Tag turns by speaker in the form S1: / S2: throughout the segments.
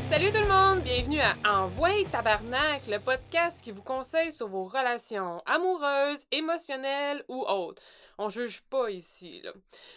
S1: Salut tout le monde, bienvenue à Envoyer Tabarnak, le podcast qui vous conseille sur vos relations amoureuses, émotionnelles ou autres. On juge pas ici, là.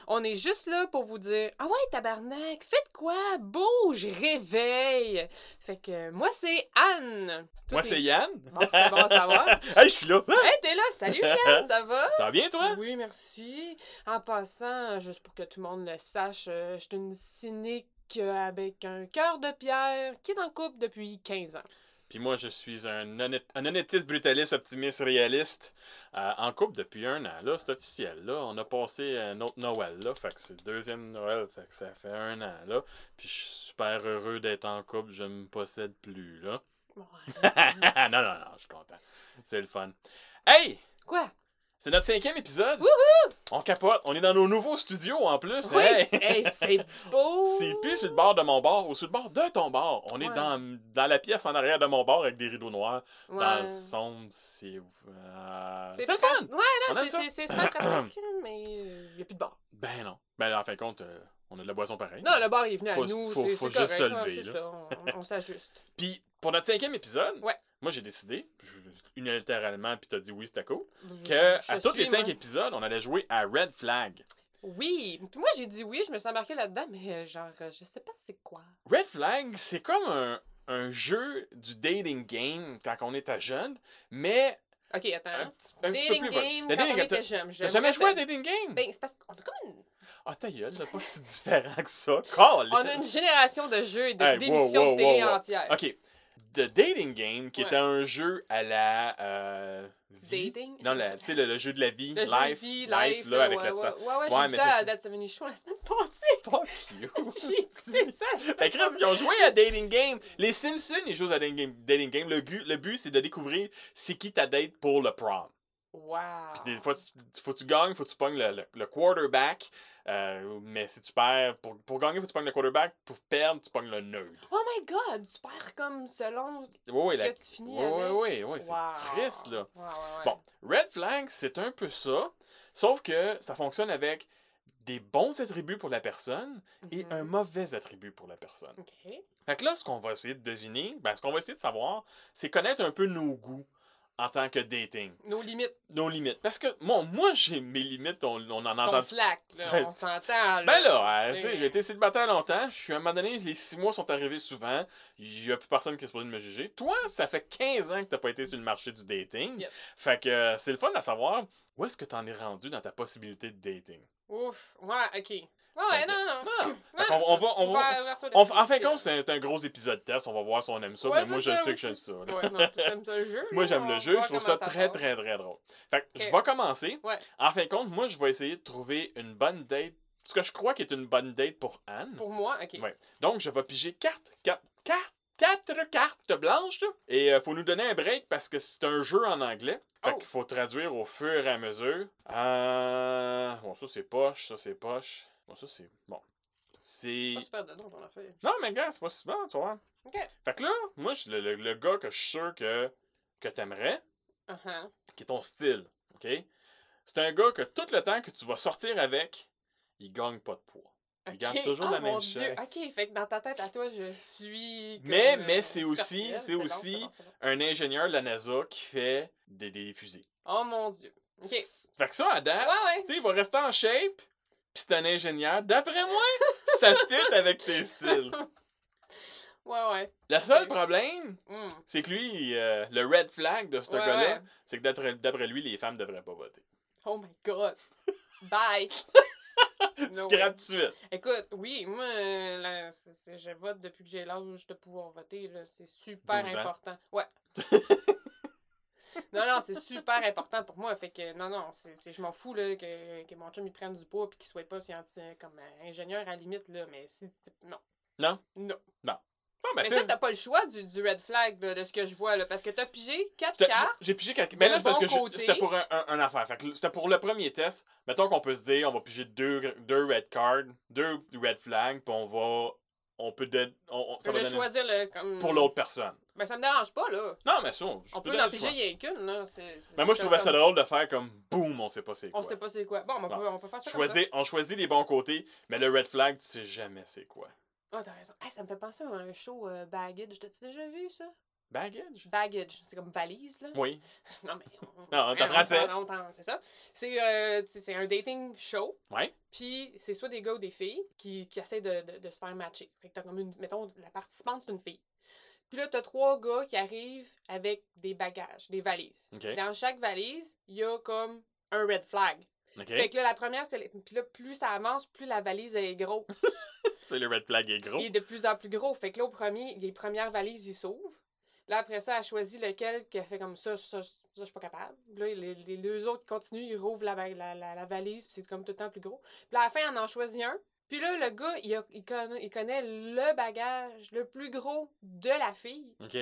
S1: On est juste là pour vous dire Ah ouais, tabarnak, faites quoi? Bouge, réveille! Fait que euh, moi, c'est Anne. Toi,
S2: Moi,
S1: t'es-
S2: c'est Yann.
S1: Bon, c'est bon à savoir.
S2: Hey, je suis là. Ah,
S1: hey, t'es là, salut Yann, ça va?
S2: Ça va bien, toi?
S1: Oui, merci. En passant, euh, juste pour que tout le monde le sache, euh, je suis une cynique euh, avec un cœur de pierre qui est en couple depuis 15 ans.
S2: Puis moi, je suis un, honnête, un honnêtiste, brutaliste, optimiste, réaliste. euh, en couple depuis un an, là, c'est officiel. Là, on a passé un autre Noël, là. Fait que c'est le deuxième Noël, fait que ça fait un an, là. Puis je suis super heureux d'être en couple, je me possède plus, là.
S1: Ouais.
S2: non, non, non, je suis content. C'est le fun. Hey!
S1: Quoi?
S2: C'est notre cinquième épisode.
S1: Wouhou!
S2: On capote. On est dans nos nouveaux studios, en plus.
S1: Oui,
S2: Hey!
S1: c'est- hey, c'est beau!
S2: C'est plus sur le bord de mon bord ou sur le bord de ton bord. On est
S1: Ouais.
S2: dans, dans la pièce en arrière de mon bord avec des rideaux noirs.
S1: Ouais.
S2: Dans le sombre, c'est. euh,
S1: C'est
S2: c'est le fun!
S1: Ouais, non,
S2: On aime
S1: c'est-
S2: ça.
S1: c'est c'est super pratique, hein, mais il n'y a plus de bar.
S2: Ben non. Ben en fin de compte, euh, on a de la boisson pareil.
S1: Non, le bar est venu à
S2: Faut-
S1: nous,
S2: faut-
S1: c'est
S2: faut
S1: c'est
S2: juste se
S1: correct, non,
S2: lever,
S1: c'est
S2: là.
S1: ça, on, on s'ajuste.
S2: Puis pour notre cinquième épisode,
S1: Ouais.
S2: moi j'ai décidé, je- unilatéralement, puis t'as dit oui, c'était cool, que
S1: Mm, Je
S2: à tous les
S1: suis, moi.
S2: cinq épisodes, on allait jouer à Red Flag.
S1: Oui, puis moi j'ai dit oui, je me suis embarquée là-dedans, mais euh, genre, euh, je sais pas c'est quoi.
S2: Red Flag, c'est comme un, un jeu du dating game quand on était jeune, mais
S1: Ok, attends. hein.
S2: un petit, un petit peu
S1: dating
S2: plus.
S1: game, quand
S2: Le dating
S1: on
S2: game,
S1: était
S2: t'as-
S1: jeune.
S2: T'as
S1: j'aime
S2: jamais
S1: la
S2: joué à
S1: peine.
S2: dating game?
S1: Ben, c'est parce qu'on a comme une...
S2: Ah, ta gueule, là, pas si différent que ça. Calisse.
S1: On a une génération de jeux et de-
S2: Hey, wow,
S1: d'émissions
S2: wow,
S1: de télé
S2: wow, wow.
S1: entière.
S2: Ok. The Dating Game, qui
S1: Ouais.
S2: était un jeu à la. euh, vie.
S1: Dating?
S2: Non, la- tu sais, le, le jeu de la vie.
S1: Le
S2: life.
S1: jeu de vie, life,
S2: là, avec
S1: ouais,
S2: la
S1: ouais, ouais, ouais,
S2: Ouais,
S1: j'ai
S2: mais
S1: vu ça
S2: ça,
S1: à
S2: c'est-
S1: That's a Mini Show la semaine passée.
S2: Fuck you.
S1: J'ai écouté ça.
S2: Fait que, Ben, Chris, ils ont joué à Dating Game. Les Simpsons, ils jouent à Dating Game. Dating game. Le, gu- le but, c'est de découvrir c'est qui ta date pour le prom.
S1: Wow.
S2: Puis des fois, tu- faut que tu gagnes, faut que tu pognes le, le- le quarterback. euh, mais si tu perds, pour, pour gagner, faut que tu pognes le quarterback. Pour perdre, tu pognes le nerd.
S1: Oh my god, tu perds comme selon
S2: Oui,
S1: ce
S2: la-
S1: que tu
S2: oui,
S1: finis
S2: oui,
S1: avec.
S2: oui, oui, c'est
S1: Wow.
S2: triste, là.
S1: Ouais, ouais, ouais.
S2: Bon, Red Flag, c'est un peu ça, sauf que ça fonctionne avec des bons attributs pour la personne et
S1: Mhm.
S2: un mauvais attribut pour la personne.
S1: OK.
S2: Fait que là, ce qu'on va essayer de deviner, ben, ce qu'on va essayer de savoir, c'est connaître un peu nos goûts en tant que dating,
S1: Nos limites
S2: nos limites. Parce que, bon, moi, j'ai mes limites, on, on en
S1: sont
S2: entend...
S1: slack.
S2: c'est-
S1: Là, on s'entend. Là,
S2: Ben là, hein, tu
S1: C'est-
S2: sais, j'ai été célibataire longtemps, je suis à un moment donné, les six mois sont arrivés souvent, il y a plus personne qui est supposé de me juger. Toi, ça fait 15 ans que t'as pas été sur le marché du dating,
S1: Yep.
S2: fait que euh, c'est le fun à savoir où est-ce que t'en es rendu dans ta possibilité de dating.
S1: Ouf. Ouais, OK. Ouais, ouais,
S2: Fait que-
S1: non, non.
S2: Non,
S1: Ouais,
S2: Fait qu'on- on, va... On va
S1: Vers- vers toi,
S2: on-
S1: là-dessus,
S2: en fin de
S1: c'est-
S2: compte, c'est un- un gros épisode test, on va voir si on aime ça,
S1: Ouais,
S2: mais moi,
S1: c'est
S2: je sais
S1: oui,
S2: que j'aime ça.
S1: c'est-
S2: là.
S1: Ouais, non, t'aimes ça le jeu.
S2: Moi,
S1: là,
S2: j'aime
S1: on
S2: le
S1: va
S2: jeu, je
S1: voir
S2: trouve
S1: comment
S2: ça très,
S1: passe.
S2: très, très drôle. Fait que je
S1: Ok.
S2: vais commencer.
S1: Ouais.
S2: En fin de compte, moi, je vais essayer de trouver une bonne date, ce que je crois qui est une bonne date pour Anne.
S1: Pour moi, OK.
S2: Ouais. Donc, je vais piger quatre, quatre, quatre, quatre cartes blanches. Et euh, faut nous donner un break parce que c'est un jeu en anglais. Fait
S1: Oh.
S2: qu'il faut traduire au fur et à mesure. Euh... Bon, ça c'est poche, ça c'est poche. Bon, ça c'est... Bon. C'est...
S1: Pas super dedans, ton affaire.
S2: Non, mais gars, c'est pas si bon, tu vois.
S1: OK.
S2: Fait que là, moi, je suis le, le- le gars que je suis sûr que, que t'aimerais,
S1: Uh-huh.
S2: qui est ton style, OK? C'est un gars que tout le temps que tu vas sortir avec, il gagne pas de poids. Il
S1: Ok.
S2: garde toujours
S1: Ah,
S2: la même
S1: mon Dieu.
S2: chair.
S1: OK, fait que dans ta tête à toi, je suis comme,
S2: Mais-
S1: euh,
S2: mais c'est aussi-
S1: superficielle.
S2: c'est
S1: bon,
S2: aussi-
S1: c'est bon, c'est bon.
S2: un ingénieur de la NASA qui fait des, des fusées.
S1: Oh mon dieu. OK.
S2: S- Fait que ça, à date,
S1: Ouais,
S2: tu sais,
S1: ouais.
S2: il va rester en shape, pis c'est un ingénieur. D'après moi, ça fit avec tes styles.
S1: Ouais, ouais.
S2: Le seul
S1: Ok.
S2: problème,
S1: Hmm.
S2: c'est que lui, euh, le red flag de ce
S1: Ouais,
S2: gars-là,
S1: ouais.
S2: c'est que d'après- d'après lui, les femmes devraient pas voter.
S1: Oh my god. Bye.
S2: Tu
S1: No
S2: scrapes tout de suite.
S1: way. Écoute, oui, moi, euh, là, c'est- c'est- je vote depuis que j'ai l'âge de pouvoir voter. là. C'est super
S2: 12 ans.
S1: important. Ouais. non, non, c'est super important pour moi. Fait que, non, non, c'est c'est- je m'en fous là, que, que mon chum il prenne du poids et qu'il soit pas scientifique, comme euh, ingénieur à la limite. Là, mais si, si- non.
S2: Non?
S1: Non.
S2: Bon, ben,
S1: mais
S2: c'est-
S1: ça, t'as pas le choix du, du red flag là, de ce que je vois. Là, parce que t'as pigé quatre
S2: J'ai-
S1: cartes.
S2: J'ai pigé quelques. Mais là,
S1: d'un
S2: c'est parce
S1: bon
S2: que je-
S1: côté.
S2: c'était pour un, un- un affaire. Fait que c'était pour le premier test. Mettons qu'on peut se dire, on va piger deux, deux red cards, deux red flags, puis on va. On peut. de- on- on-
S1: Tu
S2: ça va
S1: peux
S2: donner
S1: choisir le, comme...
S2: pour l'autre personne.
S1: Ben, ça me dérange pas, là.
S2: Non, mais ça, je
S1: On
S2: peux
S1: peut
S2: donner
S1: en
S2: le choix.
S1: piger rien qu'une, là. c'est- c'est-
S2: Mais moi, je
S1: c'est
S2: trouvais ça
S1: comme-
S2: drôle de faire comme boum, on sait pas c'est
S1: On
S2: quoi.
S1: sait pas c'est quoi. Bon, ben, on peut, on peut faire ça. comme ça.
S2: Choisir- on choisit les bons côtés, mais le red flag, tu sais jamais c'est quoi.
S1: Oh, t'as raison. Ah, ça me fait penser à un show euh, Baggage. T'as-tu déjà vu ça?
S2: Baggage?
S1: Baggage, c'est comme valise, là.
S2: Oui.
S1: Non, mais. On,
S2: Non, t'en français.
S1: on t'en- c'est ça. C'est euh, c'est- c'est un dating show.
S2: Ouais.
S1: Puis c'est soit des gars ou des filles qui, qui essaient de, de- de se faire matcher. Fait que t'as comme une. Mettons, la participante, c'est une fille. Puis là, t'as trois gars qui arrivent avec des bagages, des valises.
S2: OK.
S1: Dans chaque valise, il y a comme un red flag.
S2: OK.
S1: Fait que là, la première, c'est. les- Puis là, plus ça avance, plus la valise est grosse.
S2: Puis le red flag est gros.
S1: Il est de plus en plus gros. Fait que là, au premier, les premières valises, ils s'ouvrent. Là, après ça, elle choisit lequel qu'elle fait comme ça, ça, ça, je suis pas capable. Là, les, les deux autres qui continuent, ils rouvrent la, va- la, la, la valise, puis c'est comme tout le temps plus gros. Puis là, à la fin, on en choisit un. Puis là, le gars, il, a- il connaît, il connaît le bagage le plus gros de la fille.
S2: OK.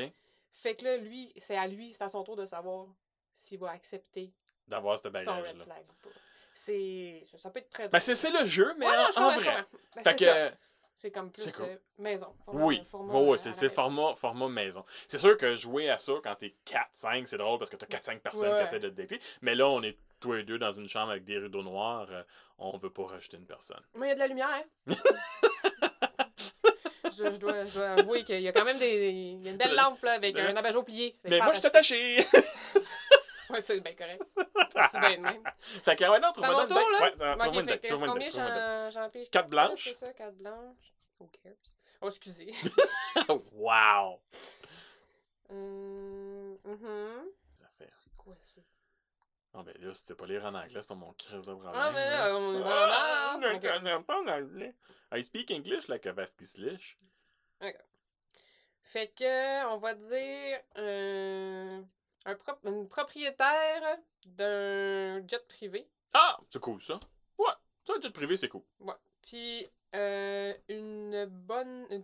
S1: Fait que là, lui, c'est à lui, c'est à son tour de savoir s'il va accepter
S2: D'avoir ce
S1: son red
S2: bagage-là.
S1: flag ou pas. C'est. Ça, ça peut être très
S2: Ben,
S1: drôle.
S2: c'est c'est le jeu, mais
S1: Ouais, non, je
S2: en, en
S1: comprends, je
S2: vrai.
S1: comprends. Ben,
S2: Fait
S1: c'est ça.
S2: que,
S1: C'est comme plus
S2: c'est cool.
S1: euh, maison. format-
S2: oui,
S1: format,
S2: Ouais, ouais,
S1: euh, à
S2: c'est
S1: la
S2: c'est
S1: maison.
S2: format, format maison. C'est sûr que jouer à ça quand t'es 4-5, c'est drôle parce que t'as 4-5 personnes
S1: Ouais.
S2: qui essaient de te dater. Mais là, on est tous les deux dans une chambre avec des rideaux noirs. euh, on veut pas rajouter une personne.
S1: Moi, il y a de la lumière. je, je dois, je dois avouer qu'il y a quand même des, il y a une belle lampe là, avec un abat-jour plié. C'est
S2: Mais moi, je suis
S1: fantastique.
S2: attaché!
S1: Ouais, c'est bien correct. C'est bien de même.
S2: fait que, ouais, non,
S1: C'est à
S2: trouve-moi
S1: mon
S2: une deck.
S1: tour, là?
S2: Ouais, non,
S1: Ok,
S2: Ah, trouve-moi une
S1: fait
S2: deck,
S1: que
S2: trouve-moi une
S1: combien
S2: deck, trouve-moi une deck.
S1: j'en j'en pige?
S2: Quatre
S1: là,
S2: blanches.
S1: C'est ça, quatre blanches. Who cares? Oh, excusez.
S2: Wow!
S1: Euh, mhm.
S2: Ça fait-
S1: C'est quoi ça?
S2: Non, ben là, si tu sais pas lire en anglais, c'est pas mon crise de problème.
S1: Ah, mais
S2: là.
S1: là, on est
S2: Ah,
S1: dans
S2: je
S1: la
S2: ne
S1: merde. Ok.
S2: connais pas l'anglais. I speak English like a Vasquislish.
S1: Fait que, on va dire, euh, un prop- une propriétaire d'un jet privé.
S2: Ah! C'est cool, ça. Ouais, ça, le jet privé, c'est cool.
S1: Puis euh, une bonne. Une,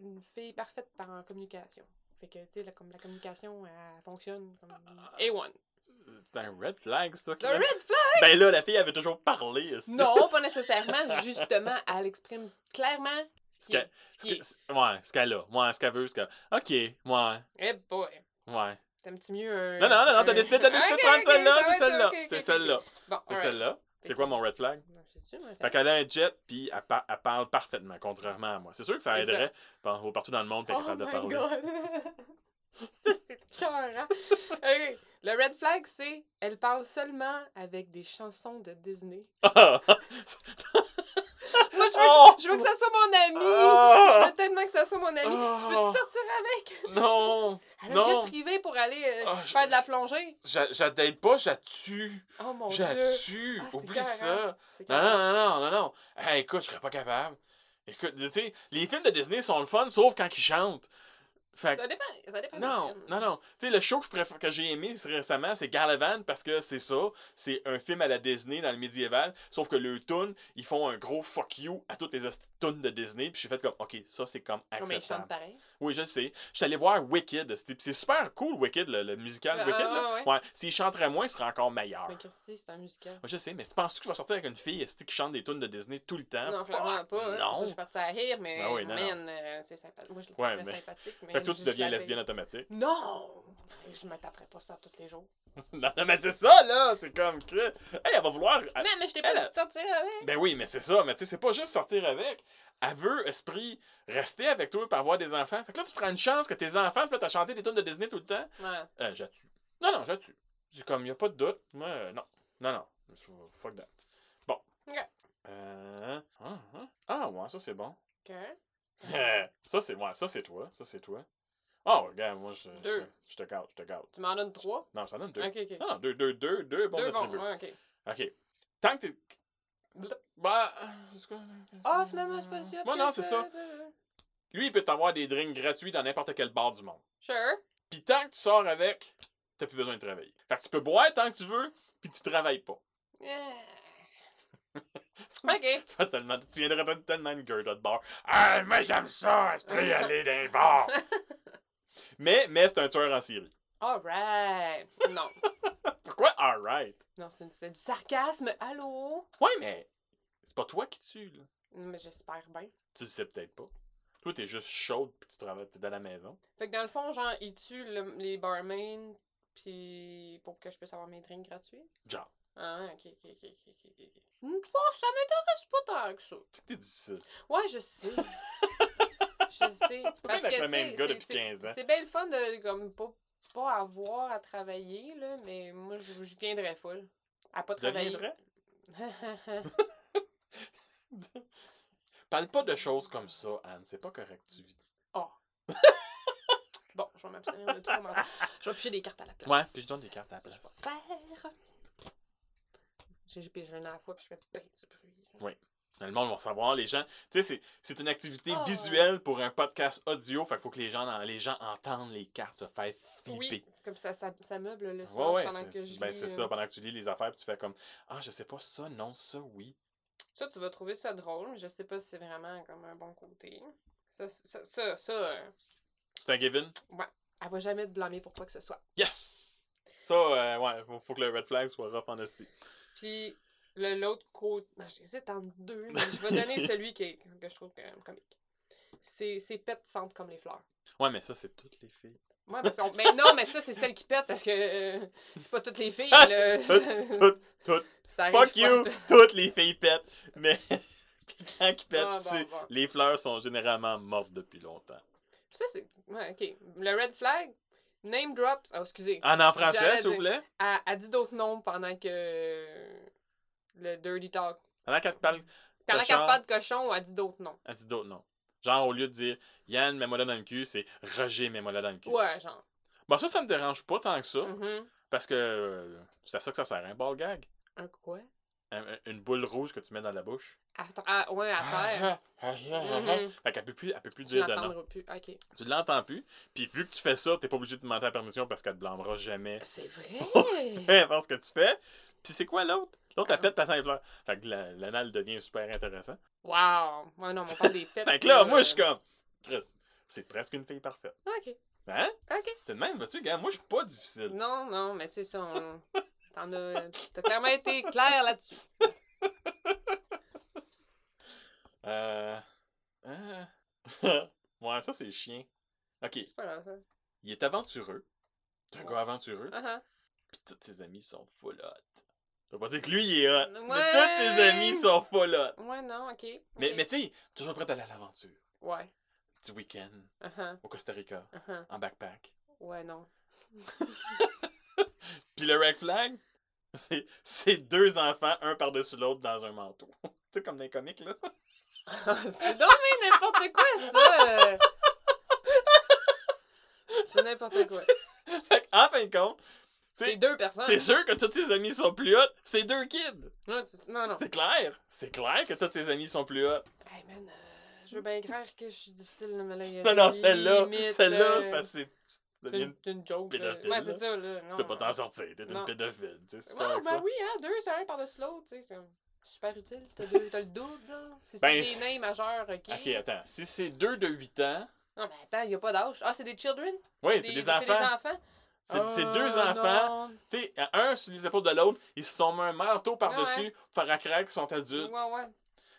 S1: une fille parfaite en communication. Fait que, tu sais, la, comme la communication, elle fonctionne comme A1.
S2: C'est Ah. un red flag, ça.
S1: C'est un red flag!
S2: Ben là, la fille avait toujours parlé. est-ce que-
S1: Non, pas nécessairement. Justement, elle exprime clairement ce qui
S2: Ce
S1: est. Ce
S2: ce
S1: qui est.
S2: que- ce- Ouais, ce qu'elle a. Ouais, ce qu'elle veut, ce qu'elle. Ok, ouais,
S1: Eh boy!
S2: ouais.
S1: T'aimes-tu mieux un.
S2: Non, non, non, non, t'as
S1: un-
S2: décidé, t'as décidé
S1: Ok,
S2: de prendre
S1: ok,
S2: celle-là,
S1: ça va
S2: c'est
S1: être ça,
S2: celle-là.
S1: ok, ok,
S2: c'est
S1: ok.
S2: celle-là.
S1: Bon,
S2: C'est
S1: alright.
S2: celle-là. C'est quoi mon red flag?
S1: Non, c'est-tu, moi,
S2: Fait qu'elle a un jet, puis elle, par- elle parle parfaitement, contrairement à moi. C'est sûr que ça
S1: C'est ça. Oh
S2: aiderait par- partout dans le monde, puis être capable de
S1: my
S2: parler.
S1: God. ça, c'est cœur, hein? OK. Le red flag, c'est elle parle seulement avec des chansons de Disney.
S2: Ah!
S1: Moi, je veux,
S2: Oh!
S1: que, je veux que ça soit mon ami!
S2: Ah!
S1: Je veux tellement que ça soit mon ami! Tu
S2: Ah!
S1: peux-tu sortir avec?
S2: non!
S1: Elle a un
S2: Non.
S1: jet privé pour aller euh,
S2: Ah, je-
S1: faire de la plongée.
S2: J'a- J'aide pas, j'attue!
S1: Oh mon dieu!
S2: J'attue!
S1: Ah, c'est
S2: Oublie
S1: écœurant.
S2: ça!
S1: C'est
S2: Non,
S1: carré.
S2: non, non, non, non, non. Hey, écoute, je serais pas capable. Écoute, tu sais, les films de Disney sont le fun, sauf quand ils chantent. Fait que,
S1: Ça dépend, ça dépend des
S2: non,
S1: films.
S2: non, non. Tu sais, le show que, je préfère- que j'ai aimé récemment, c'est Galavan, parce que c'est ça. C'est un film à la Disney dans le médiéval. Sauf que le tune, ils font un gros fuck you à toutes les hosties de tunes de Disney. Puis j'ai fait comme, ok, ça c'est comme
S1: Oh, mais ils chantent
S2: acceptable.
S1: pareil.
S2: Oui, je sais. Je suis allé voir Wicked. hostie, puis C'est super cool, Wicked, le, le musical
S1: Ah,
S2: Wicked. là.
S1: ouais,
S2: Ouais, s'ils chanteraient moins, ce serait encore meilleur.
S1: Mais Christy, c'est un musical.
S2: Moi, je sais, mais tu penses que je vais sortir avec une fille esti, qui chante des tunes de Disney tout le temps?
S1: Non,
S2: Ah, Fuck,
S1: clairement pas. hein. C'est pour ça que je suis
S2: Non!
S1: partie à rire, mais
S2: Ben oui, non, non.
S1: man, euh, c'est sympathique. Moi, je le
S2: Ouais,
S1: trouve
S2: mais-
S1: sympathique. Mais
S2: Fait que toi, tu
S1: je
S2: deviens
S1: l'avais-
S2: lesbienne automatique.
S1: Non! Je me taperais pas ça tous les jours.
S2: non, non, mais c'est ça, là! C'est comme que. Hey, elle va vouloir. elle-
S1: Non, mais je t'ai pas
S2: Ah. elle,
S1: dit de sortir avec.
S2: Ben oui, mais c'est ça. Mais tu sais, c'est pas juste sortir avec. Elle veut, esprit, rester avec toi pour avoir des enfants. Fait que là, tu prends une chance que tes enfants se mettent à chanter des tunes de Disney tout le temps.
S1: Ouais.
S2: Euh, j'attue. Non, non, j'attue. C'est comme, y a pas de doute. Moi, euh, non. Non, non. C'est- Fuck that. Bon.
S1: Ok.
S2: Euh. ah, ah. Ah, ouais, ça, c'est bon.
S1: Ok.
S2: ça, c'est moi. ça, c'est toi. Ça, c'est toi. Oh, regarde, moi, je,
S1: Deux.
S2: je, je te garde, je te garde.
S1: Tu m'en donnes trois?
S2: Non, je t'en donne deux. Ah,
S1: Ok, ok.
S2: Non, non, deux, deux, deux, deux bons
S1: Deux bons,
S2: attributs.
S1: ouais, ok.
S2: OK. Tant que t'es...
S1: Blah.
S2: Bah... c'est quoi?
S1: Ah, finalement, c'est pas si hot
S2: Ouais,
S1: que
S2: non, c'est ça. Lui, il peut t'avoir des drinks gratuits dans n'importe quel bar du monde.
S1: Sure.
S2: Puis tant que tu sors avec, t'as plus besoin de travailler. Fait que tu peux boire tant que tu veux, puis tu travailles pas.
S1: Yeah. Ok.
S2: Tu, vas tellement, tu viendrais donner tellement de gueule de bar. Ah, moi, j'aime ça, je peux y aller dans les bars. mais, mais c'est un tueur en série.
S1: Alright. Non.
S2: Pourquoi? Alright.
S1: Non, c'est une- c'est du sarcasme. Allô?
S2: Ouais, mais c'est pas toi qui tue, là.
S1: Mais j'espère bien.
S2: Tu le sais peut-être pas. Toi, t'es juste chaude puis tu travailles, t'es dans la maison.
S1: Fait que dans le fond, genre, ils tuent le- les barmaids puis pour que je puisse avoir mes drinks gratuits.
S2: Genre,
S1: Ah, ok, ok, ok, ok, ok, ok. Hmm, Bon, ça m'intéresse pas tant que ça.
S2: c'est que t'es difficile.
S1: Ouais, je sais. je sais. Parce
S2: bien
S1: que,
S2: être le même
S1: tu sais,
S2: gars
S1: c'est-
S2: depuis
S1: c'est-
S2: 15 ans.
S1: C'est bien le fun de comme, pas, pas avoir à travailler, là, mais moi, je, je viendrais full. À pas travailler.
S2: Deviendrait? Parle pas de choses comme ça, Anne. C'est pas correct. Tu vis.
S1: bon, je vais m'abstenir de tout commentaire. Je vais piger des cartes à la place.
S2: Ouais, puis je donne des cartes à la
S1: Ça, je
S2: place.
S1: vais faire. J'ai j'ai pigé une à la fois, puis je fais plein du bruit.
S2: Le monde va savoir, les gens. Tu sais, c'est- c'est une activité
S1: Ah.
S2: visuelle pour un podcast audio. Fait qu'il faut que les gens, les gens entendent les cartes se faire flipper.
S1: Oui, comme ça, ça, ça meuble le
S2: Ouais,
S1: silence
S2: ouais,
S1: pendant
S2: c'est-
S1: que je
S2: ben,
S1: lis,
S2: c'est
S1: euh,
S2: ça. Pendant que tu lis les affaires, puis tu fais comme Ah, je sais pas ça, non, ça, oui.
S1: Ça, tu vas trouver ça drôle, mais je sais pas si c'est vraiment comme un bon côté. Ça, ça, ça, ça, euh,
S2: C'est un given?
S1: elle va jamais te blâmer pour quoi que ce soit.
S2: Yes! Ça, euh, ouais, faut, faut que le red flag soit rough en esti.
S1: Puis, le- l'autre côté... non, J'hésite entre deux, mais je vais donner celui qui est- que je trouve euh, comique. C'est c'est pète sentent comme les fleurs.
S2: Ouais, mais ça, c'est toutes les filles.
S1: Ouais, parce qu'on- mais non, mais ça, c'est celle qui pète, parce que euh, c'est pas toutes les filles, là.
S2: Toutes, toutes, toutes.
S1: Ça arrive
S2: Fuck
S1: pas
S2: you!
S1: à-
S2: Toutes les filles pètent. Mais puis quand ils pètent,
S1: Ah, bon,
S2: c'est-
S1: bon.
S2: les fleurs sont généralement mortes depuis longtemps.
S1: Ça, c'est... Ouais, OK. Le red flag, name drops... Oh, excusez.
S2: En en français,
S1: J'allais
S2: s'il vous
S1: dire-
S2: plaît?
S1: Elle, elle dit d'autres noms pendant que... euh, Le dirty talk.
S2: Pendant qu'elle te parle,
S1: Pendant
S2: Cochon.
S1: qu'elle parle de cochon, elle dit d'autres noms.
S2: elle dit d'autres noms. Genre, au lieu de dire Yann, mets-moi là dans le cul, c'est Roger, mets-moi là dans le cul.
S1: Ouais, genre.
S2: Bon, ça, ça me dérange pas tant que ça,
S1: Mhm.
S2: parce que euh, c'est à ça que ça sert, un ball gag.
S1: Un quoi?
S2: Un- un- une boule rouge que tu mets dans la bouche. Mm-hmm.
S1: À, à- ah, ouais, à terre. Mhm.
S2: Fait qu'elle peut plus, elle peut plus
S1: Tu
S2: dire de non.
S1: l'entendras plus. OK.
S2: Tu l'entends plus. Puis vu que tu fais ça, t'es pas obligé de demander la permission parce qu'elle te blâmera jamais.
S1: C'est
S2: Peu
S1: vrai!
S2: importe ce que tu fais. Puis c'est quoi l'autre? L'autre,
S1: Ah.
S2: elle pète passant les fleurs. Fait que la- l'anal devient super intéressant.
S1: wow! Ouais, non, mais on parle des pets.
S2: Fait que là,
S1: euh,
S2: moi, je suis comme... Chris, c'est presque une fille parfaite.
S1: OK.
S2: Hein?
S1: OK.
S2: C'est de même, vois-tu, gars? Moi, je suis pas difficile.
S1: Non, non, mais tu sais, ça, on... T'en as... T'as clairement été clair là-dessus.
S2: Euh... euh. ouais, ça, c'est chien. OK,
S1: C'est pas grave, ça.
S2: il est aventureux. C'est un gars aventureux.
S1: Ah,
S2: Puis tous ses amis sont full hot. Je veux pas dire que lui, il est hot. Mais
S1: Ouais.
S2: tous ses amis sont full hot.
S1: ah. Ouais, non, OK.
S2: Mais,
S1: OK.
S2: mais tu sais, toujours prêt à aller à l'aventure.
S1: Ouais.
S2: Petit week-end
S1: Ah, ah,
S2: au Costa Rica,
S1: ah, ah.
S2: en backpack.
S1: Ouais, non.
S2: Puis le red flag, c'est- c'est deux enfants, un par-dessus l'autre, dans un manteau. tu sais, comme dans les comiques, là.
S1: c'est non, mais n'importe quoi, ça! c'est n'importe quoi.
S2: fait qu'en fin de compte, tu
S1: C'est
S2: sais,
S1: deux personnes.
S2: c'est sûr que tous tes amis sont plus hot, c'est deux kids.
S1: Ouais, c'est- Non, non.
S2: C'est clair. C'est clair que tous tes amis sont plus hot.
S1: Hey man, euh, je veux bien croire que je suis difficile, là, mais là, il y a
S2: Non, non,
S1: des
S2: celle-là,
S1: limites,
S2: celle-là,
S1: euh,
S2: c'est parce que c'est- tu
S1: c'est
S2: deviens
S1: une, c'est une joke. là.
S2: pédophile,
S1: Ouais,
S2: là.
S1: c'est ça, là.
S2: Tu peux pas t'en
S1: t'en
S2: sortir, t'es une
S1: Non.
S2: pédophile. tu sais, c'est ça
S1: Ouais,
S2: avec
S1: ben
S2: ça.
S1: oui, hein, deux, c'est un par-dessus l'autre, tu sais. c'est Super utile, t'as deux- t'as le double, là. C'est ça,
S2: Ben,
S1: des
S2: c'est-
S1: nains majeurs, ok?
S2: Ok, attends. Si c'est deux de 8 ans,
S1: Non, mais attends, y a pas d'âge. Ah, c'est des children?
S2: oui, c'est des enfants. C'est c'est deux
S1: Oh,
S2: enfants.
S1: Non. Ah,
S2: Tu sais, un sur les épaules de l'autre, ils se sont mis un marteau
S1: Ouais,
S2: par-dessus pour faire un crack, ils sont adultes.
S1: Ouais, ouais.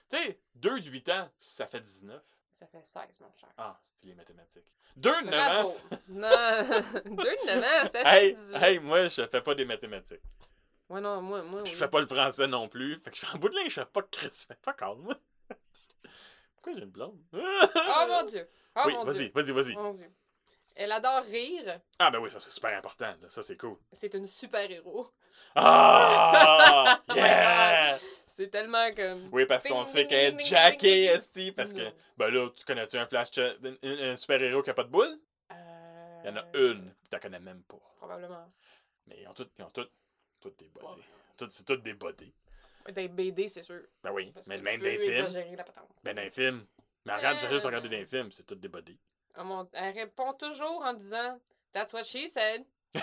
S2: Tu sais, deux de 8 ans, ça fait 19.
S1: Ça fait 16, mon cher.
S2: Ah, c'est les mathématiques. Deux de 9 ans.
S1: Bravo!
S2: c'est-
S1: Non! Deux de 9 ans, ça fait
S2: Hey,
S1: 18.
S2: hey, moi, je fais pas des mathématiques.
S1: Ouais, non, moi, moi,
S2: Puis
S1: oui.
S2: je fais pas le français non plus. Fait que je suis en bout de ligne, je fais pas de crise. Fait pas calme, moi. Pourquoi j'ai une blonde?
S1: Oh mon Dieu! Oh
S2: oui,
S1: mon Dieu! Oh.
S2: vas-y, vas-y, vas-y.
S1: Mon Dieu. Elle adore rire.
S2: Ah, ben oui, ça c'est super important. là. Ça c'est cool.
S1: C'est une super-héros.
S2: Ah!
S1: Oh my
S2: yeah!
S1: C'est tellement comme...
S2: Oui, parce qu'on
S1: Ding,
S2: sait
S1: ding,
S2: qu'elle
S1: ding,
S2: est
S1: ding, ding,
S2: jackée,
S1: ding.
S2: esti, parce que...
S1: Non.
S2: Ben là, tu connais-tu un flash... Un, un super-héros qui a pas de boule?
S1: Euh,
S2: Il y en a une, pis t'en connais même pas.
S1: Probablement.
S2: Mais ils ont toutes... Ils ont toutes... Toutes des bodies.
S1: Ouais.
S2: Toutes- c'est toutes des bodies.
S1: Des BD, c'est sûr.
S2: Ben oui,
S1: Parce
S2: mais
S1: que
S2: même
S1: tu peux
S2: des films.
S1: exagérer la patente.
S2: Ben des films. Mais regarde, j'ai juste
S1: Euh.
S2: regardé des films, c'est toutes des bodies.
S1: Ah, mon- Elle répond toujours en disant « That's what she said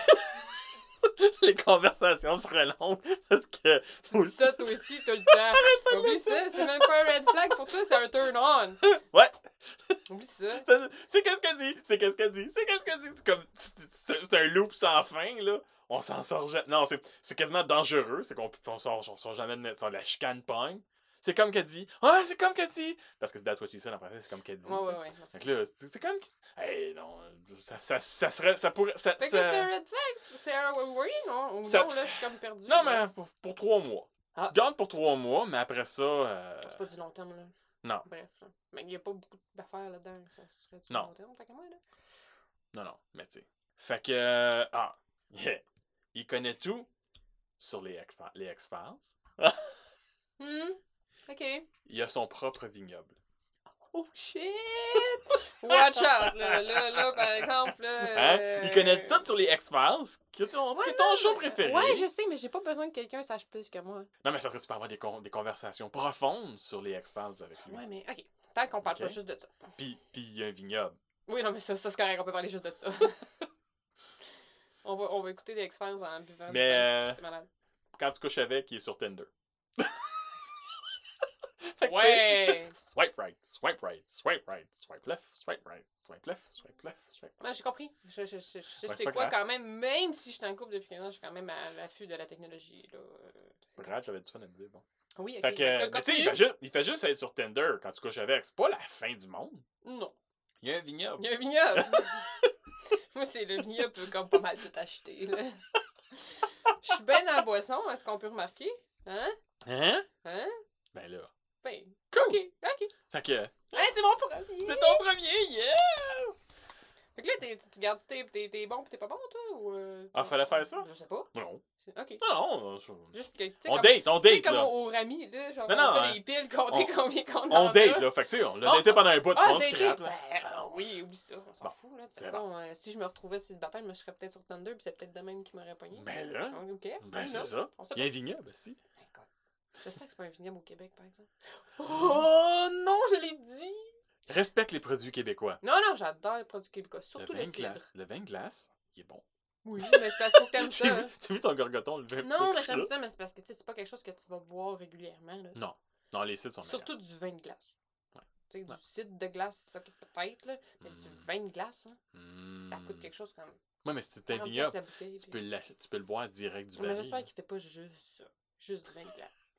S2: Les conversations seraient longues, parce que... ».
S1: Tu dis ça, toi aussi, tout le temps. Oublie ça, c'est même pas un red flag pour toi, c'est un turn-on.
S2: Ouais!
S1: Oublie ça.
S2: Ça, C'est qu'est-ce qu'elle dit, c'est qu'est-ce qu'elle dit, c'est qu'est-ce qu'elle dit. C'est comme, c'est- c'est c'est un loop sans fin, là. On s'en sort jamais. Non, c'est c'est quasiment dangereux, c'est qu'on on sort, on sort jamais de notre- sur la chicane pogne. C'est comme qu'elle dit, ouais, c'est comme qu'elle dit. Parce que that's what she said en français, c'est comme qu'elle dit.
S1: Ouais, ouais,
S2: tu
S1: ouais.
S2: sais. Fait que là, c'est c'est comme. qu'- Hey, non, ça, ça, ça serait. Ça pourrait. Ça,
S1: Fait que
S2: ça-
S1: c'est un red flag, c'est un oui, non? Ou non,
S2: Ça-
S1: là, je suis comme perdue.
S2: Non, mais pour, pour trois mois.
S1: Ah.
S2: Tu te gardes pour trois mois, mais après ça. euh,
S1: C'est pas du long terme, là.
S2: Non.
S1: Bref, là. Mais il n'y a pas beaucoup d'affaires là-dedans. Ça serait du
S2: Non.
S1: long terme, tant qu'à moi, là.
S2: Non, non, mais tu sais. Fait que. euh, Ah, yeah. Il connaît tout sur les, X-Files- les X-Files.
S1: Hmm. OK.
S2: Il a son propre vignoble.
S1: Oh shit! Watch out, là. Là, là, par exemple, là,
S2: Hein? Il connaît
S1: euh,
S2: tout sur les X-Files, qui est ton,
S1: Ouais,
S2: qui est ton
S1: non,
S2: show
S1: mais-
S2: préféré.
S1: Ouais, je sais, mais j'ai pas besoin que quelqu'un sache plus que moi.
S2: Non, mais c'est parce que tu peux avoir des, con- des conversations profondes sur les X-Files avec lui.
S1: Ouais, mais OK. Tant qu'on parle
S2: Ok.
S1: pas juste de ça.
S2: Puis, puis il y a un vignoble.
S1: Oui, non, mais ça, ça c'est correct, on peut parler juste de ça. on, va, on va écouter des experts en buvant. du
S2: Mais
S1: vin.
S2: euh,
S1: C'est malade.
S2: quand tu couches avec, il est sur Tinder. Fait que
S1: Ouais!
S2: c'est- Swipe right, swipe right, swipe right, swipe left, swipe right, swipe left, swipe left, swipe
S1: Moi, j'ai compris. Je, je, je, je
S2: Ouais, c'est
S1: sais
S2: pas
S1: quoi
S2: grave.
S1: quand même, même si je suis en couple depuis 15 ans, je suis quand même à l'affût de la technologie. Là. Euh, c'est-
S2: right. Regarde, j'avais du fun à me dire, bon.
S1: Oui, ok.
S2: Fait que, euh,
S1: Continue.
S2: mais tu sais, il, fait juste- il fait juste être sur Tinder quand tu couches avec. C'est pas la fin du monde.
S1: Non.
S2: Il y a un
S1: Il
S2: vignoble.
S1: y a un vignoble. Moi, c'est le vignoble peut comme pas mal tout acheté. là. Je suis bien dans la boisson, est-ce qu'on peut remarquer? Hein?
S2: Hein?
S1: Hein?
S2: Ben là.
S1: Ben,
S2: Cool!
S1: ok, ok.
S2: Fait que,
S1: Hein, c'est bon pour avis.
S2: c'est ton premier, yeah!
S1: Fait que là, t'es- tu gardes tes, t'es, t'es bon pis t'es pas bon, toi? Ou, euh,
S2: Ah,
S1: tu-
S2: fallait faire ça?
S1: Je sais pas.
S2: Non,
S1: C'est- Ok.
S2: non, non, je-
S1: Juste que, tu sais,
S2: on
S1: comme-
S2: date, on
S1: tu sais,
S2: date,
S1: comme
S2: là.
S1: au, au rami, là, genre,
S2: Non,
S1: non,
S2: non,
S1: on fait
S2: hein.
S1: les piles, compter
S2: On-
S1: combien qu'on en
S2: On
S1: a.
S2: date, là. Fait que, tu sais, on l'a
S1: Oh,
S2: daté pendant un bout,
S1: Ah,
S2: on se
S1: dater,
S2: scrape, là.
S1: ben, oui, oublie ça, on s'en
S2: Bon,
S1: fout, là. De toute
S2: c'est
S1: façon, euh, si je me retrouvais célibataire, je me serais peut-être sur Tinder pis c'est peut-être de même qui m'aurait pogné.
S2: Ben là.
S1: Ah, Ok.
S2: Ben,
S1: oui,
S2: c'est
S1: non,
S2: ça.
S1: On sait
S2: Il y a un vignoble, aussi.
S1: pas. Écoute, J'espère que c'est pas un vignoble au Québec, par exemple. Oh non, je l'ai dit!
S2: Respecte les produits québécois.
S1: Non, non, j'adore les produits québécois, surtout
S2: le
S1: les
S2: vin
S1: cidre.
S2: glace. Le vin glace, il est bon.
S1: Oui, mais je pense que t'aimes
S2: Tu
S1: ça.
S2: as vu ton gorgoton, le vin
S1: Non, mais j'aime ça, mais c'est parce que tu sais, c'est pas quelque chose que tu vas boire régulièrement. Là.
S2: Non. Non, les cides sont meilleurs.
S1: Surtout du vin de glace.
S2: Ouais.
S1: Tu sais,
S2: Ouais.
S1: du cidre de glace, ça qui peut-être, là. Mais du
S2: Mm.
S1: vin de glace, hein,
S2: Mm.
S1: ça coûte quelque chose comme.
S2: Ouais, mais si t'es un
S1: 40
S2: vignoble,
S1: la bouteille.
S2: tu
S1: puis-
S2: peux, l'ach- tu peux le boire direct du
S1: Ouais, mais
S2: baril.
S1: j'espère qu'il fait pas juste ça. Juste du vin de glace.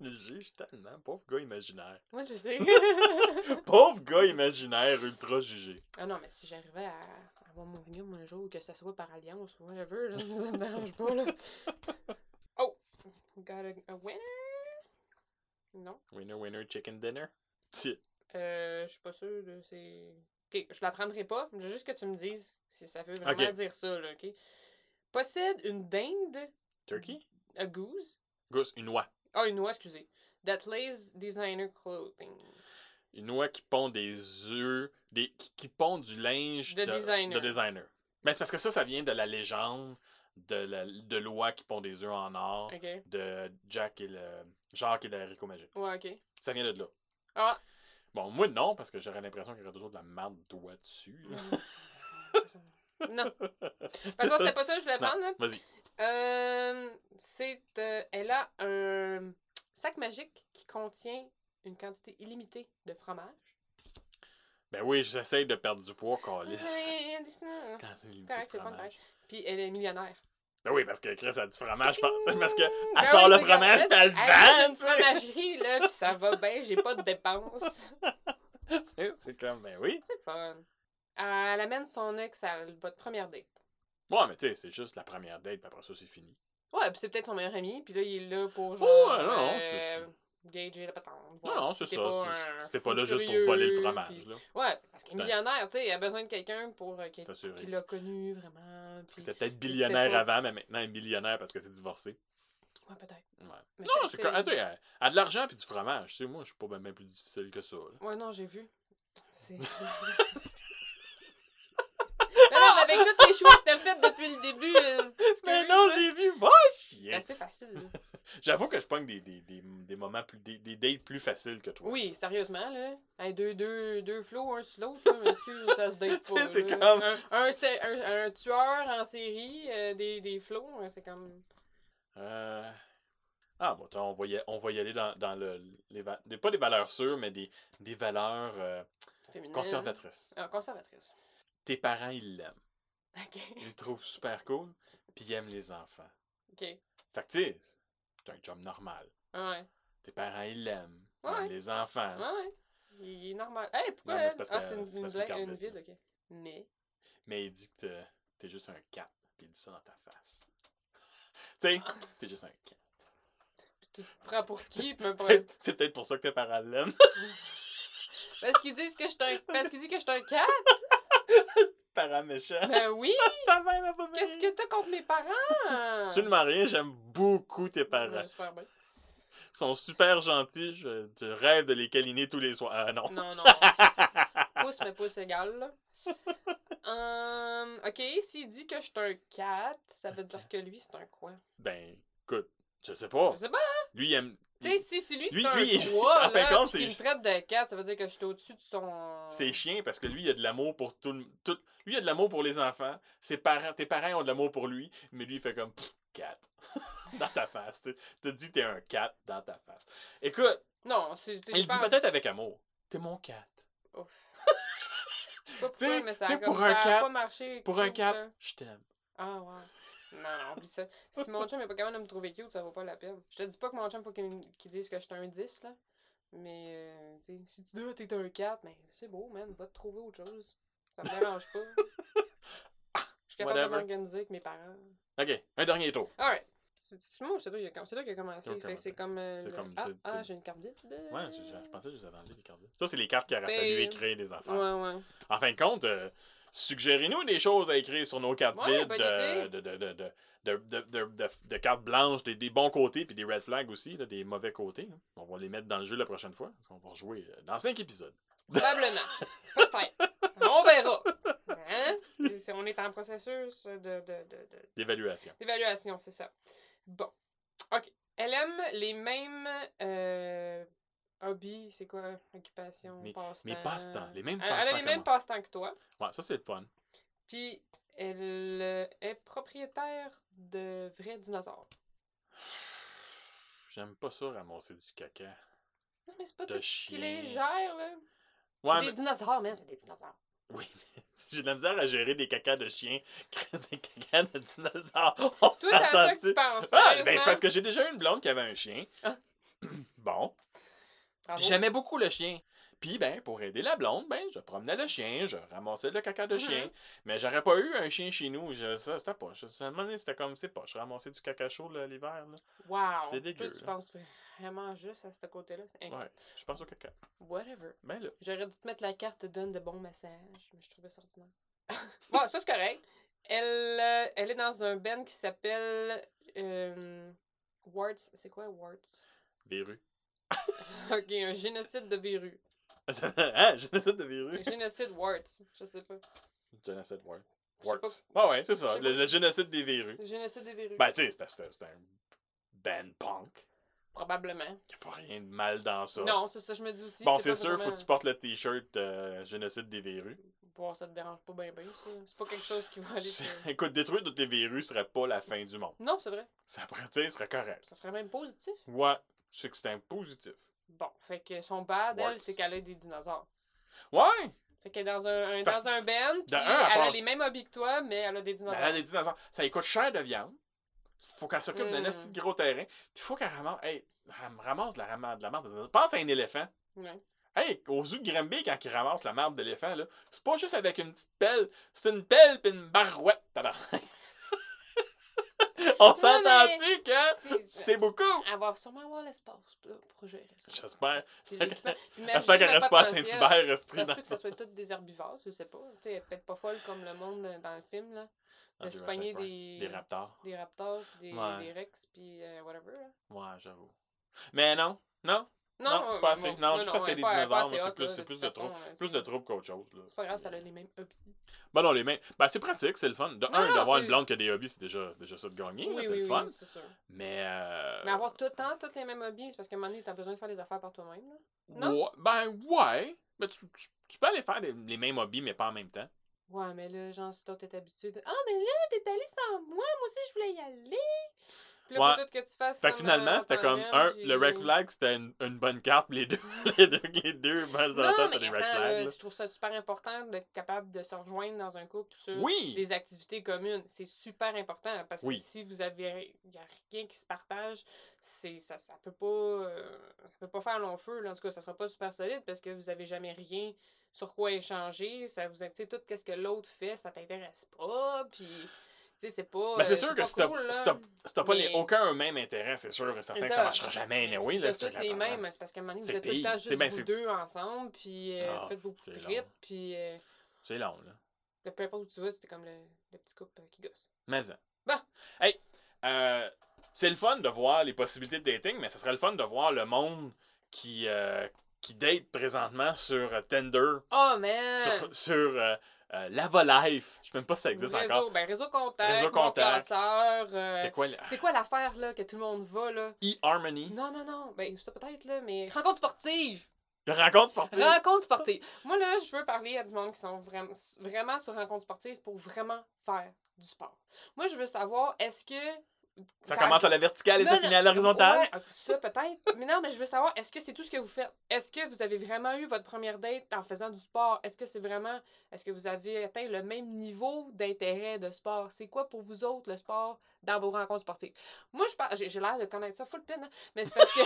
S2: Le juge tellement. Pauvre gars imaginaire.
S1: Moi, je sais.
S2: Pauvre gars imaginaire ultra jugé.
S1: ah non, mais si j'arrivais à à avoir mon vignoble un jour, que ça soit par alliance ou whatever, là, ça me dérange pas, là. Oh! Got a, a winner? Non.
S2: Winner, winner, chicken dinner. Ti-
S1: Euh, je suis pas sûre, là, c'est... Ok, je la prendrai pas, je veux juste que tu me dises si ça veut vraiment
S2: Ok.
S1: dire ça, là, ok? Possède une dinde,
S2: Turkey?
S1: a goose,
S2: Goose, une oie.
S1: ah, une oie, excusez, that lays designer clothing.
S2: Une oie qui pond des œufs, des, qui, qui pond du linge
S1: De designer.
S2: de designer. Mais c'est parce que ça, ça vient de la légende de, la, de l'oie qui pond des œufs en or
S1: Ok?
S2: de Jack et le. Jacques et le haricot magique.
S1: Ouais, ok.
S2: Ça vient de là.
S1: Ah!
S2: Bon, moi non, parce que j'aurais l'impression qu'il y aurait toujours de la merde d'oie dessus. là.
S1: non. De toute
S2: C'est
S1: façon,
S2: ça,
S1: c'était pas ça que je voulais
S2: Non,
S1: prendre, là.
S2: Vas-y.
S1: Euh, c'est... euh, elle a un sac magique qui contient une quantité illimitée de fromage.
S2: Ben oui, j'essaie de perdre du poids, Carlis.
S1: Ouais, dis-le.
S2: Quand c'est limité
S1: Correct,
S2: de
S1: c'est le fun,
S2: fromage.
S1: Puis elle est millionnaire.
S2: Ben oui, parce que Chris a du fromage. par- Parce que elle
S1: Ben
S2: sort
S1: oui,
S2: le
S1: c'est comme-
S2: fromage, pis elle le
S1: Hey, moi, J'ai
S2: vend, tu
S1: une
S2: sais.
S1: fromagerie, là, puis ça va bien, j'ai pas de dépenses.
S2: C'est- C'est comme, ben oui.
S1: C'est le fun. Elle amène son ex à votre première date.
S2: Ouais, mais tu sais, c'est juste la première date, puis après ça, c'est fini.
S1: Ouais, puis c'est peut-être son meilleur ami, puis là, il est là pour genre. euh,
S2: Oh, ouais, non, non, c'est-
S1: Gager la patente.
S2: Non,
S1: voir
S2: non,
S1: si
S2: c'est
S1: t'es
S2: ça.
S1: pas
S2: c'est-
S1: un
S2: C'était
S1: fou
S2: pas là juste pour
S1: furieux,
S2: voler le
S1: puis-
S2: fromage, là.
S1: Ouais, parce qu'il est
S2: Putain.
S1: millionnaire, tu sais, il a besoin de quelqu'un pour. euh, qui
S2: T'assurer.
S1: qui l'a connu vraiment. Puis...
S2: T'étais peut-être
S1: puis c'était
S2: billionnaire
S1: pas-
S2: avant, mais maintenant elle est millionnaire parce que c'est divorcé.
S1: Ouais, peut-être.
S2: Ouais.
S1: Mais
S2: Non,
S1: peut-être
S2: c'est ah, correct. Elle elle a de l'argent puis du fromage. Tu sais, moi, je suis pas ben ben plus difficile que ça. là.
S1: Ouais, non, j'ai vu. C'est. non, non, mais avec tous les choix que t'as fait depuis le début, euh, c'est-
S2: Mais non, j'ai vu, va
S1: C'est
S2: chier!
S1: assez facile. là.
S2: J'avoue que je pogne des, des, des, des moments plus. Des, des dates plus faciles que toi.
S1: Oui, sérieusement, là. Hey, deux, deux, deux flots, un slow, ça, m'excuse, ça se date
S2: Tu
S1: pas.
S2: sais, c'est
S1: là.
S2: comme-
S1: Un, un, sé- un- un tueur en série, euh, des, des flots, hein, c'est comme.
S2: Euh... Ah, bon, attends, on va y, on va y aller dans, dans le, les, va- des- pas des valeurs sûres, mais des, des valeurs euh,
S1: Féminine.
S2: conservatrices.
S1: Ah, conservatrice.
S2: Tes parents, ils l'aiment.
S1: Ok.
S2: Ils le trouvent super cool, puis ils aiment les enfants.
S1: Ok.
S2: Fait que, tu sais, c'est un job normal. Ah.
S1: Ouais.
S2: Tes parents, ils l'aiment. Ils
S1: Ouais.
S2: aiment les enfants.
S1: Ouais. Il est normal. Hey, pourquoi?
S2: Non, mais c'est
S1: elle-
S2: parce
S1: ah,
S2: que-
S1: c'est une,
S2: c'est
S1: une
S2: parce
S1: blague,
S2: qu'on
S1: une
S2: garde vite,
S1: vide, ok. Mais.
S2: Mais il dit que t'es- t'es juste
S1: Ah.
S2: un cat, puis il dit ça dans ta face. tu sais, t'es juste un cat.
S1: Tu te prends pour qui? Puis me prends-
S2: Peut-être- C'est peut-être pour ça que t'es parallèle.
S1: Parce qu'ils disent que je suis un... Parce qu'ils disent que je suis un cat?
S2: Paraméchant.
S1: Ben oui!
S2: Ta mère elle va bien.
S1: Qu'est-ce que t'as contre mes parents?
S2: Absolument rien, j'aime beaucoup tes parents.
S1: Ouais, super bien.
S2: Ils sont super gentils, je, je rêve de les câliner tous les soirs. Ah non.
S1: Non, non. pouce, mais pouce égal, là. Hum, ok, s'il dit que je suis un cat, ça veut dire que lui, c'est un quoi?
S2: Ben, écoute, je sais pas.
S1: Je sais pas.
S2: Lui, il aime.
S1: Tu sais, si, si lui,
S2: Lui-
S1: c'est un
S2: lui, il-
S1: 3,
S2: en fin de
S1: là,
S2: compte,
S1: s'il me
S2: c'est-
S1: traite de 4, ça veut dire que je suis au-dessus de son...
S2: C'est chiant parce que lui, il a de l'amour pour tout, le- tout. Lui, il a de l'amour pour les enfants. Ses parents, tes parents ont de l'amour pour lui, mais lui, il fait comme Pff, cat dans ta face. tu sais. T'as dit t'es un cat dans ta face. Écoute,
S1: Non, c'est... c'est-
S2: il
S1: je
S2: dit
S1: parle-
S2: peut-être avec amour. T'es mon cat.
S1: je sais pas pourquoi,
S2: t'sais-
S1: mais ça a
S2: t'sais,
S1: comme-
S2: pour un
S1: ça a
S2: cat-
S1: pas marché.
S2: Pour un
S1: cute,
S2: cat,
S1: là.
S2: je t'aime.
S1: Ah, ouais. Non, non, oublie ça. Si mon chum est pas capable de me trouver cute, ça vaut pas la peine. Je te dis pas que mon chum, faut qu'il qu'il dise que je suis un 10, là. Mais, euh, tu sais, si tu dis, Ah, t'es un 4, ben, c'est beau, man, va te trouver autre chose. Ça me dérange pas. Je suis capable de
S2: Whatever.
S1: m'organiser avec mes parents.
S2: Ok, un dernier tour.
S1: Alright. C'est-tu moi ou c'est toi qui a com- c'est toi qui a commencé?
S2: C'est toi qui a
S1: Fait que c'est comme. euh,
S2: C'est
S1: je-
S2: comme-
S1: Ah,
S2: c'est-
S1: ah,
S2: c'est-
S1: j'ai une carte vide.
S2: Ouais, je, je- je pensais que je les avais enlevées, les cartes. Ça, c'est les cartes qu'il aurait
S1: Ben,
S2: fallu écrire des enfants.
S1: Ouais, ouais.
S2: En fin de compte, euh, suggérez-nous des choses à écrire sur nos cartes
S1: Ouais,
S2: vides,
S1: bonne
S2: euh,
S1: idée.
S2: de, de, de, de, de, de- de- de- de cartes blanches, des, des bons côtés, puis des red flags aussi, là, des mauvais côtés. hein. On va les mettre dans le jeu la prochaine fois. On va rejouer euh, dans cinq épisodes.
S1: Probablement. Peut-être. On verra. Hein? Et c'est- On est en processus de- de- de, de,
S2: D'évaluation.
S1: D'évaluation, c'est ça. Bon. OK. Elle aime les mêmes euh, hobbies, c'est quoi? Occupation,
S2: Mais-
S1: passe-temps.
S2: mais passe-temps, les mêmes
S1: Euh, Elle- Elle a
S2: passe-temps
S1: les
S2: que
S1: mêmes
S2: moi.
S1: passe-temps que toi.
S2: Ouais, ça, c'est le fun.
S1: Puis, elle euh, est propriétaire de vrais dinosaures.
S2: J'aime pas ça ramasser du caca.
S1: Non, mais c'est pas
S2: De
S1: tout ce qui les
S2: chien.
S1: gère, là.
S2: Ouais,
S1: c'est
S2: mais
S1: des dinosaures, man, c'est des dinosaures.
S2: oui, mais j'ai de la misère à gérer des cacas de chiens, des cacas de dinosaures. On
S1: Toi, c'est à ça que
S2: s'entend-tu?
S1: tu penses.
S2: Ah, ben c'est parce que j'ai déjà eu une blonde qui avait un chien.
S1: Ah.
S2: Bon. Puis
S1: Jamais.
S2: J'aimais beaucoup le chien. Puis ben, pour aider la blonde, ben, je promenais le chien, je ramassais le caca de
S1: Mhm.
S2: chien. Mais j'aurais pas eu un chien chez nous. Je, ça, c'était pas. Je, à un moment donné, c'était comme, c'est pas. Je ramassais du caca chaud là, l'hiver. là.
S1: Wow.
S2: c'est dégueu,
S1: Toi, tu
S2: là.
S1: penses vraiment juste à ce côté-là. c'est inc-
S2: Ouais, je pense au caca.
S1: Whatever.
S2: Ben là.
S1: J'aurais dû te mettre la carte donne de bons massages, mais je trouvais ça ordinaire. bon, ça c'est correct. Elle, euh, elle est dans un band qui s'appelle euh, Warts. C'est quoi Warts?
S2: Verru.
S1: ok, un génocide de verrues.
S2: hein, génocide de verru.
S1: Un génocide Warts, je sais pas.
S2: Génocide Ward.
S1: Je sais
S2: Warts.
S1: pas.
S2: Ouais, ouais, c'est
S1: Je
S2: ça.
S1: sais
S2: Le,
S1: pas.
S2: le génocide des verrues.
S1: Génocide des verrues.
S2: Ben, tu sais, c'est parce que c'est un band punk.
S1: Probablement.
S2: Y a pas rien de mal dans ça.
S1: Non, c'est ça, je me dis aussi.
S2: Bon,
S1: pas
S2: c'est sûr, faut
S1: vraiment-
S2: que tu portes le t-shirt euh, Génocide des verrues.
S1: Bon, ça te dérange pas bien, bien, ça. C'est pas quelque chose qui va aller.
S2: C'est-
S1: sur-
S2: Écoute, détruire toutes les verrues serait pas la fin du monde.
S1: Non, c'est vrai.
S2: Ça pourrait, tu sais, serait correct.
S1: Ça serait même positif.
S2: Ouais, je sais que c'est un positif.
S1: Bon, fait que son bad,
S2: Warts.
S1: elle, c'est qu'elle a des dinosaures.
S2: Ouais!
S1: Fait qu'elle est dans un, un-
S2: C'est parce-
S1: dans un band, puis
S2: De un,
S1: elle
S2: à part-
S1: a les mêmes hobbies que toi, mais elle a des
S2: Mais
S1: dinosaures.
S2: Ben, elle a des dinosaures. Ça lui coûte cher de viande. Faut qu'elle s'occupe d'un
S1: Mm.
S2: esti de gros terrain. Puis faut qu'elle ramasse. Hey, ram- ramasse de la, ram- de la merde. des dinosaures. Pense à un éléphant.
S1: Ouais.
S2: Hey, aux yeux de Grimby, quand il ramasse la merde d'éléphant, là, c'est pas juste avec une petite pelle. C'est une pelle pis une barouette, tabarnak. On s'entend-tu que
S1: C'est-
S2: c'est beaucoup?
S1: Elle va sûrement avoir l'espace là, pour gérer ça.
S2: J'espère.
S1: C'est l'équipement. Puis
S2: J'espère qu'elle
S1: imagine
S2: reste
S1: le
S2: pas à
S1: potentiel.
S2: Saint-Hubert, reste
S1: Ça
S2: pris
S1: se
S2: dans
S1: peut que ce soit toutes des herbivores, je sais pas. Tu sais, elle est peut-être pas folle comme le monde euh, dans le film, là.
S2: dans
S1: De
S2: Jurassic
S1: se pogner
S2: Park.
S1: des...
S2: Ah,
S1: euh,
S2: Des raptors.
S1: des raptors, puis des,
S2: Ouais.
S1: des rex, puis euh, whatever, là.
S2: Ouais, j'avoue. Mais non, non, Non,
S1: euh,
S2: pas assez. Non, juste parce
S1: elle est
S2: qu'il y a des
S1: pas- elle est pas
S2: dinosaures,
S1: assez
S2: moi, c'est
S1: hot,
S2: plus-
S1: là,
S2: c'est
S1: toute
S2: plus de
S1: façon,
S2: trop-
S1: euh,
S2: plus de troubles qu'autre chose. là.
S1: C'est pas grave, ça a les mêmes hobbies.
S2: Ben non, les mains. Ben c'est pratique, c'est le fun. De
S1: Non,
S2: un,
S1: non,
S2: d'avoir
S1: c'est-
S2: une blonde qui a des hobbies, c'est déjà, déjà ça de gagner, là,
S1: Oui,
S2: c'est
S1: oui,
S2: le
S1: oui,
S2: fun.
S1: c'est sûr.
S2: Mais. euh,
S1: Mais avoir tout le temps toutes les mêmes hobbies, c'est parce qu'à un moment donné, t'as besoin de faire les affaires par toi-même, là. non?
S2: ouais- ben ouais. Mais tu, tu- tu peux aller faire les, les mêmes hobbies, mais pas en même temps.
S1: Ouais, mais là, genre, si toi, t'es habitué de. Ah, mais là, t'es allé sans moi, moi aussi, je voulais y aller. Puis là,
S2: Ouais.
S1: faut tout que tu fasses.
S2: Fait que
S1: comme,
S2: finalement,
S1: euh,
S2: c'était comme
S1: Panam,
S2: un,
S1: puis-
S2: le red flag, c'était une, une bonne carte, puis les deux, les deux, les deux, ben,
S1: Non,
S2: ça entend, t'as
S1: mais
S2: des
S1: attends,
S2: red flags.
S1: là,
S2: là.
S1: je trouve ça super important d'être capable de se rejoindre dans un couple sur
S2: Oui!
S1: des activités communes. C'est super important parce
S2: Oui.
S1: que si vous avez y a rien qui se partage, c'est ça ça peut pas euh, ça peut pas faire long feu là. en tout cas, ça sera pas super solide parce que vous avez jamais rien sur quoi échanger, ça vous tu sais, tout qu'est-ce que l'autre fait, ça t'intéresse pas puis Tu sais, c'est pas.
S2: Ben, c'est
S1: euh,
S2: sûr que
S1: pas
S2: si t'as
S1: cool, là.
S2: si t'as- si t'as pas les,
S1: Mais-
S2: aucun même intérêt, c'est sûr et certain
S1: C'est
S2: que ça
S1: ça.
S2: marchera jamais anyway.
S1: Si
S2: là,
S1: t'as
S2: ce
S1: tous les
S2: truc-là.
S1: mêmes, c'est parce qu'à un moment donné, vous
S2: C'est
S1: êtes tout le
S2: pire.
S1: temps
S2: C'est
S1: juste
S2: bien,
S1: vous
S2: c'est-
S1: deux ensemble, puis euh,
S2: Ah,
S1: faites vos petits
S2: c'est
S1: trips,
S2: long.
S1: puis euh,
S2: C'est long, là.
S1: le peu importe où tu vas, c'était comme le, le petit couple euh, qui gosse.
S2: Mais ça.
S1: Bon.
S2: Hey, euh, c'est le fun de voir les possibilités de dating, mais ce serait le fun de voir le monde qui, euh, qui date présentement sur euh, Tinder,
S1: Oh man!
S2: sur, sur euh, euh, Lavolife. Je sais même pas si ça existe
S1: réseau,
S2: encore.
S1: Ben, réseau contact,
S2: Réseau
S1: réseau
S2: contact.
S1: contact.
S2: C'est quoi le-
S1: euh, C'est quoi l'affaire là que tout le monde va là?
S2: E-Harmony?
S1: Non, non, non, ben ça peut-être là, mais rencontre sportive!
S2: Rencontre sportive?
S1: Rencontre sportive! Moi là, je veux parler à du monde qui sont vraiment, vraiment sur rencontre sportive pour vraiment faire du sport. Moi, je veux savoir, est-ce que.
S2: Ça commence à la verticale et
S1: Non,
S2: ça
S1: non,
S2: finit à l'horizontale?
S1: ouais, ah, ça peut-être. mais non, mais je veux savoir, est-ce que c'est tout ce que vous faites? Est-ce que vous avez vraiment eu votre première date en faisant du sport? Est-ce que c'est vraiment. Est-ce que vous avez atteint le même niveau d'intérêt de sport? C'est quoi pour vous autres le sport dans vos rencontres sportives? Moi, je parle. J'ai j'ai l'air de connaître ça full pin, hein, mais c'est parce que.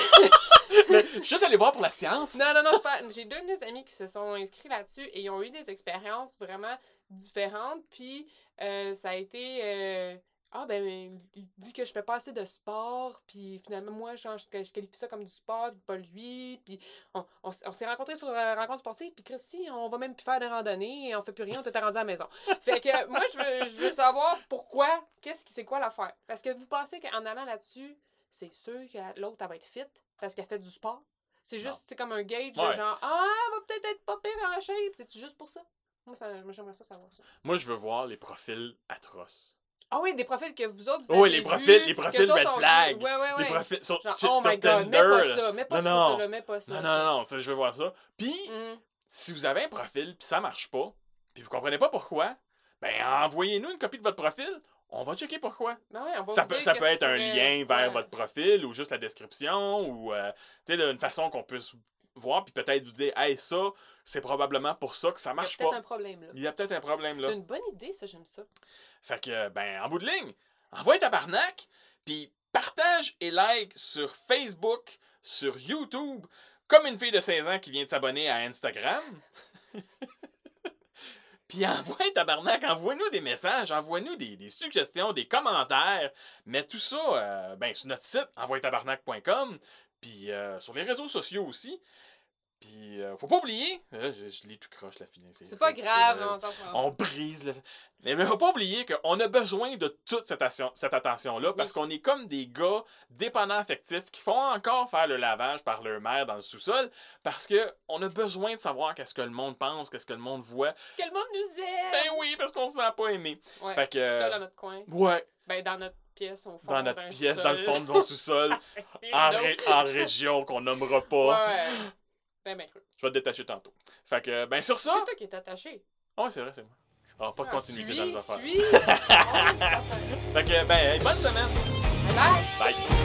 S2: Mais je suis juste aller voir pour la science.
S1: Non, non, non, je parle- J'ai deux de mes amis qui se sont inscrits là-dessus et ils ont eu des expériences vraiment différentes. Puis euh, ça a été. euh, ah, ben, il dit que je fais pas assez de sport. Puis finalement, moi, genre, je, je qualifie ça comme du sport, puis pas lui. Puis on, on s- on s'est rencontrés sur euh, rencontre sportive. Puis Christy, on va même plus faire de randonnée et on fait plus rien, on était rendu à la maison. Fait que moi, je veux, je veux savoir pourquoi, qu'est-ce qui, c'est quoi l'affaire. Parce que vous pensez qu'en allant là-dessus, c'est sûr que la- l'autre, elle va être fit parce qu'elle fait du sport. C'est juste, c'est comme un gauge, de
S2: Ouais.
S1: genre, ah, elle va peut-être être pas pire en shape. C'est-tu juste pour ça? Moi, ça- moi, j'aimerais ça savoir ça.
S2: Moi, je veux voir les profils atroces.
S1: Ah oui, des profils que vous autres, vous
S2: Oh,
S1: avez
S2: oui, les profils- les profils red flag.
S1: flags. Ouais, Ah ouais, ouais.
S2: Les profils sur,
S1: Genre,
S2: sur-
S1: oh
S2: sur
S1: my god,
S2: Tinder.
S1: mets pas
S2: là.
S1: ça, mets pas
S2: Non,
S1: ça,
S2: non.
S1: mets pas ça.
S2: Non, non, non, ça, je veux voir ça. Puis,
S1: Hum.
S2: si vous avez un profil puis ça marche pas, puis vous comprenez pas pourquoi, ben envoyez-nous une copie de votre profil, on va checker pourquoi.
S1: Ben ouais, on va
S2: Ça
S1: vous
S2: peut,
S1: dire
S2: ça
S1: qu'est-ce
S2: peut être
S1: qui
S2: un
S1: pourrait-
S2: lien vers
S1: ouais.
S2: votre profil ou juste la description ou euh, tu sais, là, une façon qu'on puisse voir puis peut-être vous dire hey ça c'est probablement pour ça que
S1: Il y
S2: ça
S1: a
S2: marche
S1: peut-être
S2: pas.
S1: un problème, là.
S2: Il y a peut-être un problème là.
S1: C'est une bonne idée, ça, j'aime ça.
S2: Fait que, ben, en bout de ligne, envoie ta barnaque, puis partage et like sur Facebook, sur YouTube, comme une fille de 16 ans qui vient de s'abonner à Instagram. Puis envoie ta barnaque, envoie-nous des messages, envoie-nous des, des suggestions, des commentaires. Mets tout ça euh, ben, sur notre site, envoie-tabarnak.com, puis euh, sur les réseaux sociaux aussi. Puis, euh, faut pas oublier, euh, je, je l'ai tout croche la finale.
S1: C'est pas
S2: ridicule.
S1: grave, on s'en fout.
S2: On brise le. Mais ne faut pas oublier qu'on a besoin de toute cette, attention- cette attention-là parce qu'on est comme des gars dépendants affectifs qui font encore faire le lavage par leur mère dans le sous-sol parce que on a besoin de savoir qu'est-ce que le monde pense, qu'est-ce que le monde voit.
S1: Que le monde nous aime!
S2: Ben oui, parce qu'on se sent pas aimé.
S1: ouais,
S2: fait que-
S1: tout seul dans notre coin.
S2: Ouais,
S1: Ben, dans notre pièce, au fond.
S2: dans notre
S1: d'un
S2: pièce,
S1: sol.
S2: dans le fond de ton sous-sol, en, ré- en région qu'on nommera pas.
S1: Ouais. Ben, ben, creux.
S2: Je vais te détacher tantôt. Fait que, ben sur
S1: C'est
S2: ça.
S1: toi qui es attaché.
S2: Oh, c'est vrai, c'est moi. Alors, pas de
S1: Ah,
S2: continuité
S1: suis,
S2: dans les affaires.
S1: suis. Ouais, c'est pas
S2: Fait que, ben, hey, bonne semaine!
S1: vrai. Bye bye.
S2: Bye!